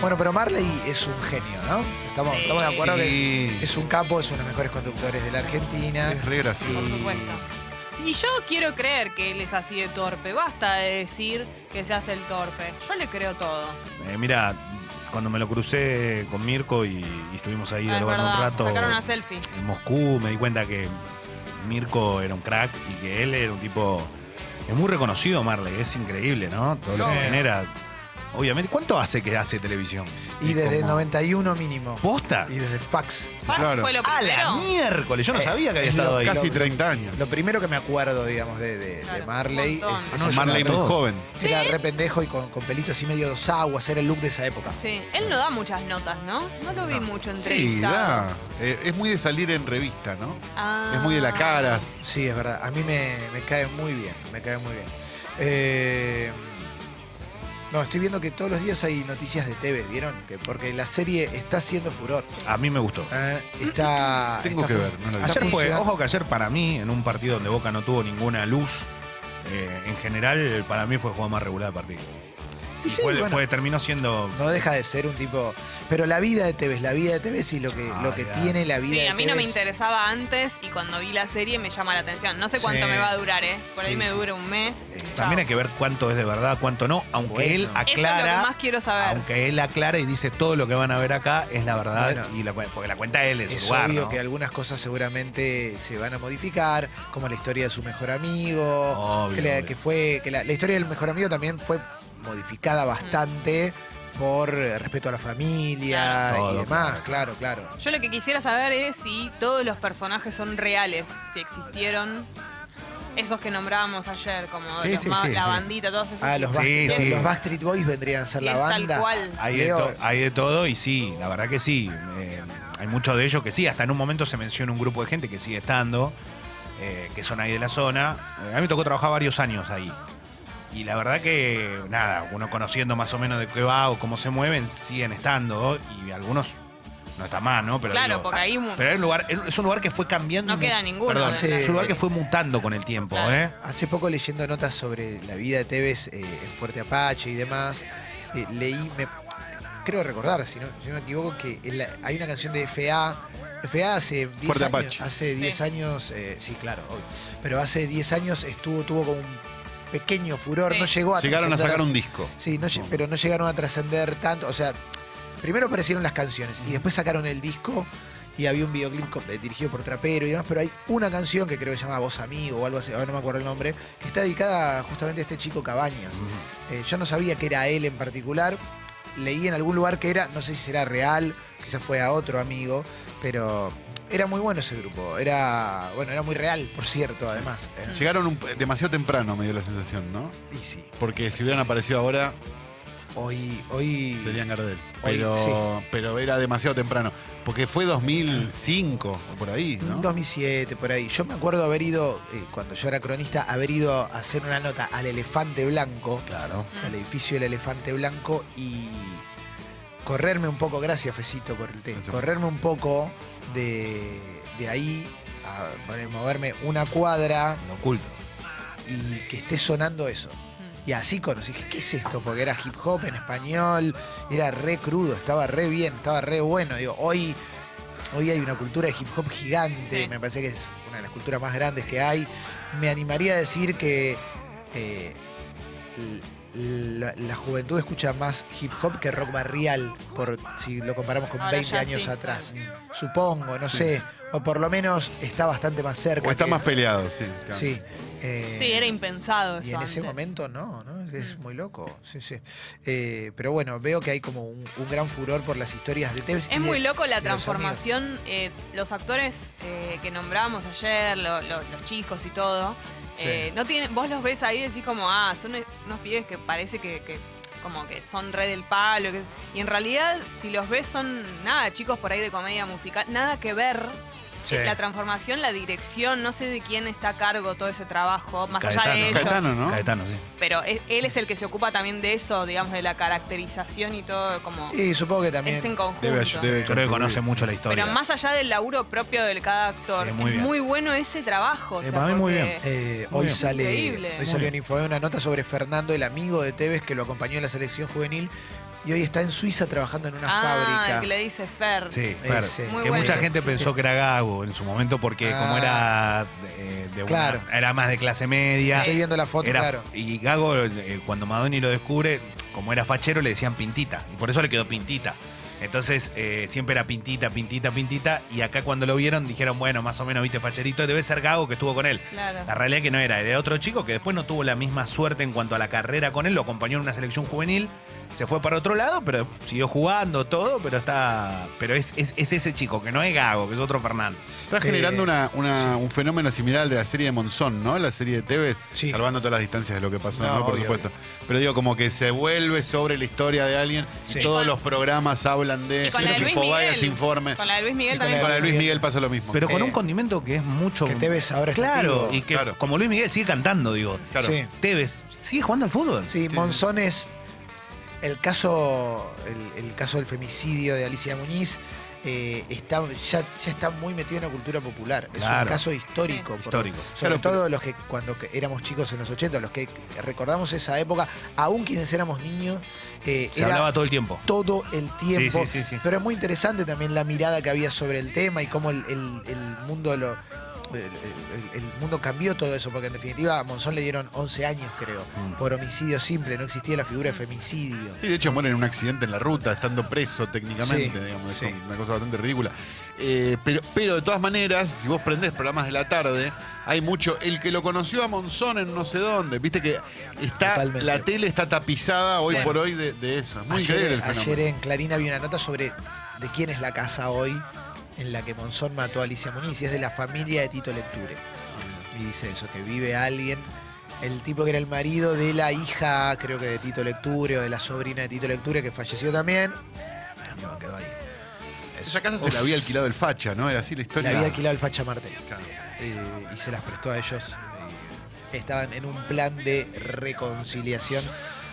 Bueno, pero Marley es un genio, ¿no? Estamos, Sí. estamos de acuerdo Sí. que es, es un capo, es uno de los mejores conductores de la Argentina. Es re gracioso. Por supuesto. Y yo quiero creer que él es así de torpe. Basta de decir que se hace el torpe. Yo le creo todo. Eh, mira, cuando me lo crucé con Mirko y, y estuvimos ahí Ah, es dialogando un verdad. rato Sacaron una selfie. en Moscú, me di cuenta que Mirko era un crack y que él era un tipo. Es muy reconocido, Marley, es increíble, ¿no? Todo lo que Sí. genera. Obviamente, ¿cuánto hace que hace televisión? Y desde el como- 91 mínimo. ¿Posta? Y desde fax. Fax Claro. fue lo ¡A la primero. miércoles! Yo no Eh, sabía que había es lo- estado ahí. Casi 30 años. Lo primero que me acuerdo, digamos, de, de- de Claro, Marley un montón. es, Ah, es no, una Marley re- muy joven. Era re pendejo y con, con pelitos y medio dos aguas, era el look de esa época. Sí, él no da muchas notas, ¿no? No lo vi mucho Sí, entrevistado. da. Eh, es muy de salir en revista, ¿no? Ah. Es muy de la Ah. caras. Sí, es verdad. A mí me, me cae muy bien, me cae muy bien. Eh, no, estoy viendo que todos los días hay noticias de TV, ¿vieron? Que porque la serie está haciendo furor. A mí me gustó. Eh, está. Tengo está que fu- ver, no la está vi. Ayer fue, funcionando. ojo que ayer para mí, en un partido donde Boca no tuvo ninguna luz, eh, en general, para mí fue el juego más regular del partido. Y Y sí, fue- bueno, fue- terminó siendo. No deja de ser un tipo. Pero la vida de TV es la vida de TV y lo que, lo Ah, que ya. tiene la vida Sí, de a mí no TV me es- interesaba antes y cuando vi la serie me llama la atención. No sé cuánto Sí. me va a durar, ¿eh? Por ahí Sí, me sí. dura un mes. Chao. También hay que ver cuánto es de verdad, cuánto no, aunque Bueno. él Eso Eso es lo que aclara. más quiero saber. aunque él aclara y dice todo lo que van a ver acá es la verdad Bueno. y la cuen- porque la cuenta él es, Es su lugar, obvio ¿no? que algunas cosas seguramente se van a modificar, como la historia de su mejor amigo, Obvio, que, la, obvio. que fue que la, la historia del mejor amigo también fue modificada Mm. bastante por eh, respeto a la familia Claro. y Todo, demás, claro, claro. Yo lo que quisiera saber es si todos los personajes son reales, si existieron esos que nombrábamos ayer, como Sí, los sí, ma- sí, la sí. bandita, todos esos. Ah, los, Sí, Backstreet- sí. los Backstreet Boys vendrían a ser Si la es banda. Tal cual. Hay, Leo- de to- hay de todo y sí, la verdad que sí. Eh, hay muchos de ellos que sí, hasta en un momento se menciona un grupo de gente que sigue estando, eh, que son ahí de la zona. Eh, a mí me tocó trabajar varios años ahí. Y la verdad que, nada, uno conociendo más o menos de qué va o cómo se mueven, siguen estando y algunos no está más, ¿no? Pero Claro, digo, porque ahí mu- pero es, un lugar, es un lugar que fue cambiando. No queda ninguno Perdón, de- es un lugar Sí. que fue mutando con el tiempo, Claro. ¿eh? Hace poco leyendo notas sobre la vida de Tevez eh, en Fuerte Apache y demás, eh, leí, me, creo recordar, si no, si no me equivoco, que en la- hay una canción de FA. FA hace 10 Fuerte años. Apache. Hace 10 años, eh, sí, claro, obvio, pero hace 10 años estuvo, tuvo como un pequeño furor, Sí. no llegó a Llegaron a trascender- sacar un disco. Sí, no lle- pero no llegaron a trascender tanto. O sea, primero aparecieron las canciones y después sacaron el disco y había un videoclip co- eh, dirigido por Trapero y demás, pero hay una canción que creo que se llama Voz Amigo o algo así, ahora no me acuerdo el nombre, que está dedicada justamente a este chico Cabañas. Eh, yo no sabía que era él en particular. Leí en algún lugar que era, no sé si será real, quizás fue a otro amigo, pero era muy bueno ese grupo. Era, bueno, era muy real, por cierto, además. Eh, Llegaron un- demasiado temprano, me dio la sensación, ¿no? y sí, Porque si hubieran aparecido ahora, hoy, hoy. serían Gardel. Hoy, Pero, pero era demasiado temprano. Porque fue 2005 o por ahí, Un ¿no? 2007, por ahí. Yo me acuerdo haber ido, eh, cuando yo era cronista, haber ido a hacer una nota al Elefante Blanco, Claro. al mm. edificio del Elefante Blanco, y correrme un poco, gracias Fecito por el té, Gracias. correrme un poco de, de ahí, a, bueno, moverme una cuadra Lo oculto. y que esté sonando eso. Y así conocí, dije, ¿qué es esto? Porque era hip hop en español, era re crudo, estaba re bien, estaba re bueno. Digo, hoy, hoy hay una cultura de hip hop gigante, Sí. me parece que es una de las culturas más grandes que hay. Me animaría a decir que eh, l- la, la juventud escucha más hip hop que rock barrial, por, si lo comparamos con Ahora 20 ya años sí. atrás. Supongo, no Sí. sé. O por lo menos está bastante más cerca. O está que- más peleado, sí. claro. Sí. eh, Sí, era impensado eso. y en ese antes. Mm. momento no, ¿no? Es muy loco. Sí, sí. Eh, pero bueno, veo que hay como un, un gran furor por las historias de Tevez. y Es de- muy loco de la los transformación. eh, los actores eh, que nombrábamos ayer, lo- lo- los chicos y todo, Sí. eh, no tienen, vos los ves ahí y decís como, ah, son e- unos pibes que parece que, que como que son re del palo. que- y en realidad, si los ves, son nada, chicos por ahí de comedia musical, nada que ver eh, Sí. la transformación, la dirección, no sé de quién está a cargo todo ese trabajo, más allá Caetano. de ellos. Caetano, ¿no? Caetano, sí. Pero es- él es el que se ocupa también de eso, digamos, de la caracterización y todo, como Y supongo que es en también. conjunto. Debe, debe Yo creo que conoce contribuir. mucho la historia. Pero más allá del laburo propio de cada actor, Sí, muy es bien. muy bueno ese trabajo. o Eh, sea, para mí muy porque- eh, Muy hoy bien. sale, Increíble. hoy Muy salió bien. en Infobae una nota sobre Fernando, el amigo de Tevez que lo acompañó en la selección juvenil y hoy está en Suiza trabajando en una ah, el fábrica. que le dice Fer. Sí, Fer, Ese. que Muy mucha bueno. gente pensó que era Gago en su momento porque como era eh, de una- Ah. Claro. era más de clase media. Estoy viendo la foto, era- claro. Y Gago, eh, cuando Madoni lo descubre, como era fachero, le decían pintita. Y por eso le quedó pintita. Entonces, eh, siempre era pintita, pintita, pintita. Y acá cuando lo vieron, dijeron, bueno, más o menos, viste, facherito, debe ser Gago que estuvo con él. Claro. La realidad que no era, era otro chico que después no tuvo la misma suerte en cuanto a la carrera con él, lo acompañó en una selección juvenil, se fue para otro lado, pero siguió jugando todo, pero está. Pero es, es, es ese chico, que no es Gago, que es otro Fernando. Está Eh, generando una, una- un fenómeno similar al de la serie de Monzón, ¿no? La serie de Tevez, Sí. salvando todas las distancias de lo que pasó, No, ¿no? por obvio, supuesto. Pero digo, como que se vuelve sobre la historia de alguien Sí. y todos los programas hablan de Y eso, con la de que Luis Infobae Miguel. hace informe. Con la de Luis Miguel Y con la también. de Con la de Luis Miguel. Miguel pasa lo mismo. Pero con Eh, un condimento que es mucho. que Tevez ahora está Claro, activo. y que Claro. como Luis Miguel sigue cantando, digo. claro. Sí. Tevez sigue jugando al fútbol. Sí, Monzón es el caso, el, el caso del femicidio de Alicia Muñiz. eh, está, ya, ya está muy metido en la cultura popular. Es un Claro. caso histórico. por- Histórico. Sobre Claro, pero- todo los que cuando que éramos chicos en los 80, los que recordamos esa época, aún quienes éramos niños, eh, Se era hablaba todo el tiempo. todo el tiempo. Sí, sí, sí, sí. Pero es muy interesante también la mirada que había sobre el tema y cómo el, el- el mundo de lo- el, el- el mundo cambió todo eso, porque en definitiva a Monzón le dieron 11 años, creo, Mm. por homicidio simple, no existía la figura de femicidio. Sí, de hecho muere en un accidente en la ruta, estando preso técnicamente, Sí, digamos, es sí. como una cosa bastante ridícula. Eh, pero, pero de todas maneras, si vos prendés programas de la tarde, hay mucho. El que lo conoció a Monzón en no sé dónde, viste que está Totalmente. la tele está tapizada hoy Sí. por hoy de, de eso. Es muy ayer, increíble el ayer fenómeno. en Clarín había una nota sobre de quién es la casa hoy en la que Monzón mató a Alicia Muniz, y es de la familia de Tito Lecture. Y dice eso, que vive alguien, el tipo que era el marido de la hija, creo que de Tito Lecture, o de la sobrina de Tito Lecture, que falleció también. Ah, No, quedó ahí. Esa casa se la había alquilado el facha, ¿no? Era así la Le historia. había alquilado el Facha Martel. Eh, y se las prestó a ellos. Eh, estaban en un plan de reconciliación.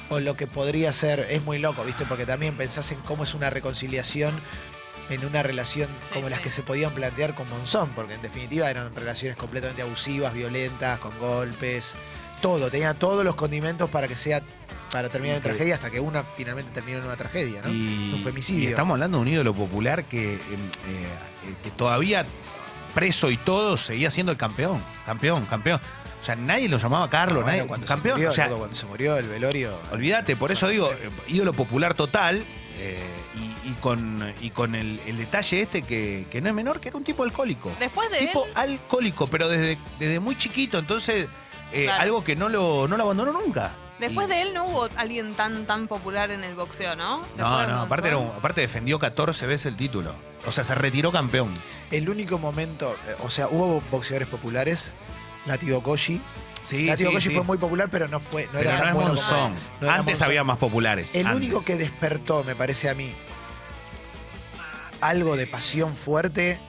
O lo que podría ser, es muy loco, ¿viste? Porque también pensás en cómo es una reconciliación en una relación Sí, como las sí. que se podían plantear con Monzón, porque en definitiva eran relaciones completamente abusivas, violentas, con golpes, todo, tenía todos los condimentos para que sea, para terminar en Increíble. tragedia, hasta que una finalmente terminó en una tragedia, ¿no? Y, un femicidio. y estamos hablando de un ídolo popular que, eh, eh, que todavía preso y todo seguía siendo el campeón, campeón, campeón. O sea, nadie lo llamaba Carlos, Bueno, nadie cuando se campeón. murió, o sea, todo cuando se murió el velorio. eh, olvídate, por eso digo, eh, ídolo popular total. eh, y, y con, y con el, el detalle este que, que no es menor, que era un tipo alcohólico. Después de este tipo él, alcohólico, pero desde, desde muy chiquito, entonces eh, Claro. algo que no lo, no lo abandonó nunca. después Y- de él no hubo alguien tan tan popular en el boxeo, ¿no? Después No, de no, Monzón. aparte, era un- aparte defendió 14 veces el título. O sea, se retiró campeón. El único momento, eh, o sea, hubo boxeadores populares. Latigo Koji. Sí, Latigo sí, Koji sí. fue muy popular, pero no fue, no Pero era no tan es bueno como- Monzón. no era Antes Monzón. había más populares. El antes. único que despertó, me parece a mí, algo de pasión fuerte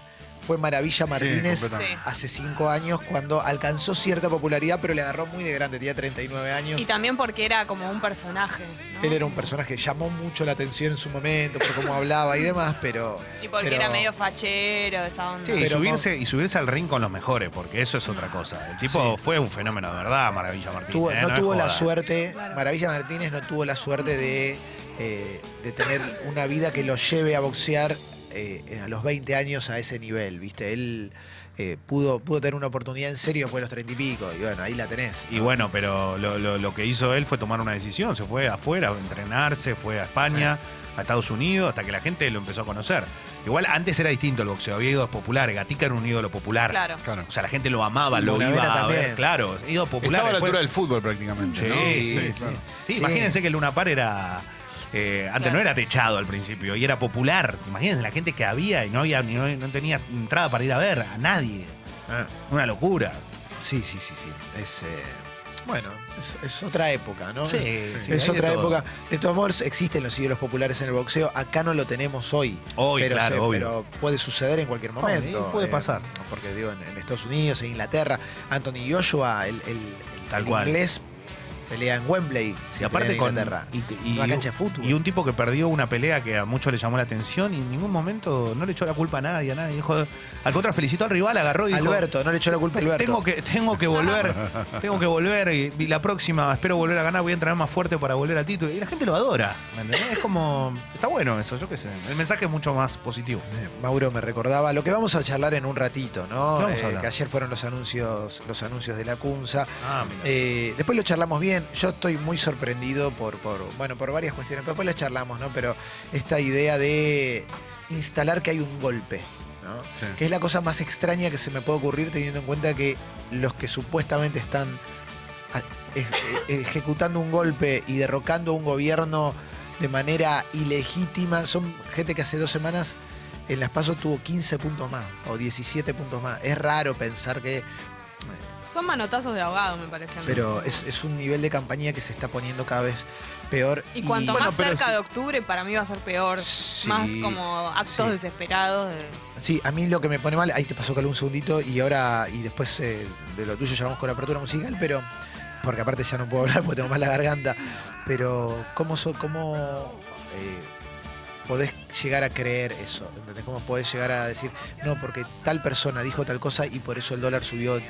fue Maravilla Martínez completamente. Sí. hace cinco años cuando alcanzó cierta popularidad, pero le agarró muy de grande, tenía 39 años. Y también porque era como un personaje. ¿no? Él era un personaje que llamó mucho la atención en su momento por cómo hablaba y demás, pero... Y porque pero- era medio fachero, esa onda. Sí, y, Pero subirse, y subirse al ring con los mejores, porque eso es otra cosa. El tipo fue un fenómeno de verdad, Maravilla Martínez. Tuvo- ¿eh? no, es tuvo la joda. suerte, Claro. Maravilla Martínez no tuvo la suerte de, eh, de tener una vida que lo lleve a boxear eh, a los 20 años a ese nivel, ¿viste? Él eh, pudo, pudo tener una oportunidad en serio después de los 30 y pico, y bueno, ahí la tenés. Y bueno, pero lo, lo- lo que hizo él fue tomar una decisión. Se fue afuera, a entrenarse, fue a España, a Estados Unidos, hasta que la gente lo empezó a conocer. Igual antes era distinto el boxeo, había ídolos populares. Gatica era un ídolo popular. Claro. Claro. O sea, la gente lo amaba, Y lo Bonavena iba a ver. también. Claro, ídolo popular. Estaba a la después- altura del fútbol prácticamente. Sí, ¿no? sí, sí. claro. Sí, Sí. imagínense que el Luna Par era. eh, antes Claro. no era techado al principio y era popular. Imagínense la gente que había y no había ni- no, no tenía entrada para ir a ver a nadie. Una locura. Sí, sí, sí, sí. Es, eh, Bueno, es, es otra época, ¿no? Sí, sí, Ah, es hay de otra todo. época. De todos modos, existen los ídolos populares en el boxeo. Acá no lo tenemos hoy. Hoy, claro, obvio. pero puede suceder en cualquier No, momento. eh, sí, puede pasar. Porque digo, en, en Estados Unidos, en Inglaterra, Anthony Joshua, el, el- Tal el cual. inglés, pelea en Wembley. Y si aparte pelea con en Inglaterra. y, y- Una cancha de fútbol. y un tipo que perdió una pelea que a muchos le llamó la atención y en ningún momento no le echó la culpa a nadie, a nadie. Dijo, al contra felicitó al rival, agarró y dijo, Alberto, no le echó la culpa a Alberto. Tengo que, tengo que volver, tengo que volver y, y la próxima espero volver a ganar, voy a entrenar más fuerte para volver al título. Y la gente lo adora, ¿me entendés? Es como, está bueno eso, yo qué sé. El mensaje es mucho más positivo. Eh, Mauro me recordaba lo que vamos a charlar en un ratito, ¿no? ¿Qué vamos a Eh, hablar? que ayer fueron los anuncios, los anuncios de la Cunza. Ah, mira. Eh, después lo charlamos bien. Yo estoy muy sorprendido por, por, bueno, por varias cuestiones. Después las charlamos, ¿no? Pero esta idea de instalar que hay un golpe, ¿no? Sí. Que es la cosa más extraña que se me puede ocurrir teniendo en cuenta que los que supuestamente están a- e- e- ejecutando un golpe y derrocando a un gobierno de manera ilegítima son gente que hace dos semanas en las PASO tuvo 15 puntos más o 17 puntos más. Es raro pensar que Son manotazos de ahogado, me parece. a mí. pero es, eh, es un nivel de campaña que se está poniendo cada vez peor. y cuanto Bueno, más pero cerca es- de octubre, para mí va a ser peor. Sí, más como actos sí. desesperados. de- Sí, a mí lo que me pone mal, ahí te pasó Calum un segundito y ahora, y después eh, de lo tuyo ya vamos con la apertura musical, pero, porque aparte ya no puedo hablar porque tengo más la garganta, pero ¿cómo, so- cómo eh, podés llegar a creer eso? ¿Entendés? ¿Cómo podés llegar a decir, no, porque tal persona dijo tal cosa y por eso el dólar subió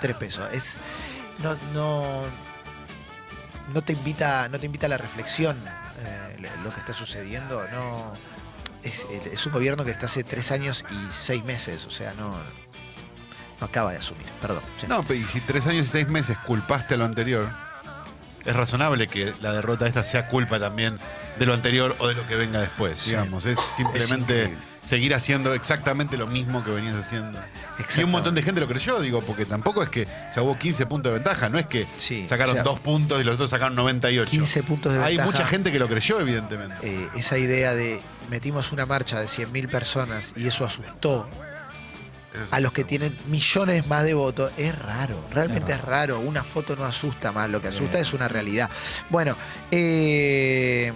tres pesos? Es, no, no, no te invita, no te invita a la reflexión eh, lo- lo que está sucediendo, no es, es un gobierno que está hace tres años y seis meses, o sea, no, no acaba de asumir, perdón. sí. No, pero y si tres años y seis meses culpaste a lo anterior, es razonable que la derrota esta sea culpa también de lo anterior o de lo que venga después, Sí. digamos. Es Es simplemente increíble. seguir haciendo exactamente lo mismo que venías haciendo. Y Exactamente. un montón de gente lo creyó, digo, porque tampoco es que o sea, hubo 15 puntos de ventaja, no es que Sí, sacaron o sea, dos puntos y los otros sacaron 98. 15 puntos de Hay ventaja. mucha gente que lo creyó, evidentemente. Eh, esa idea de metimos una marcha de 100.000 personas y eso asustó Eso sí. Eh, a los que tienen millones más de votos, es raro, realmente es raro. Una foto no asusta más, lo que asusta es una realidad. Bueno, eh,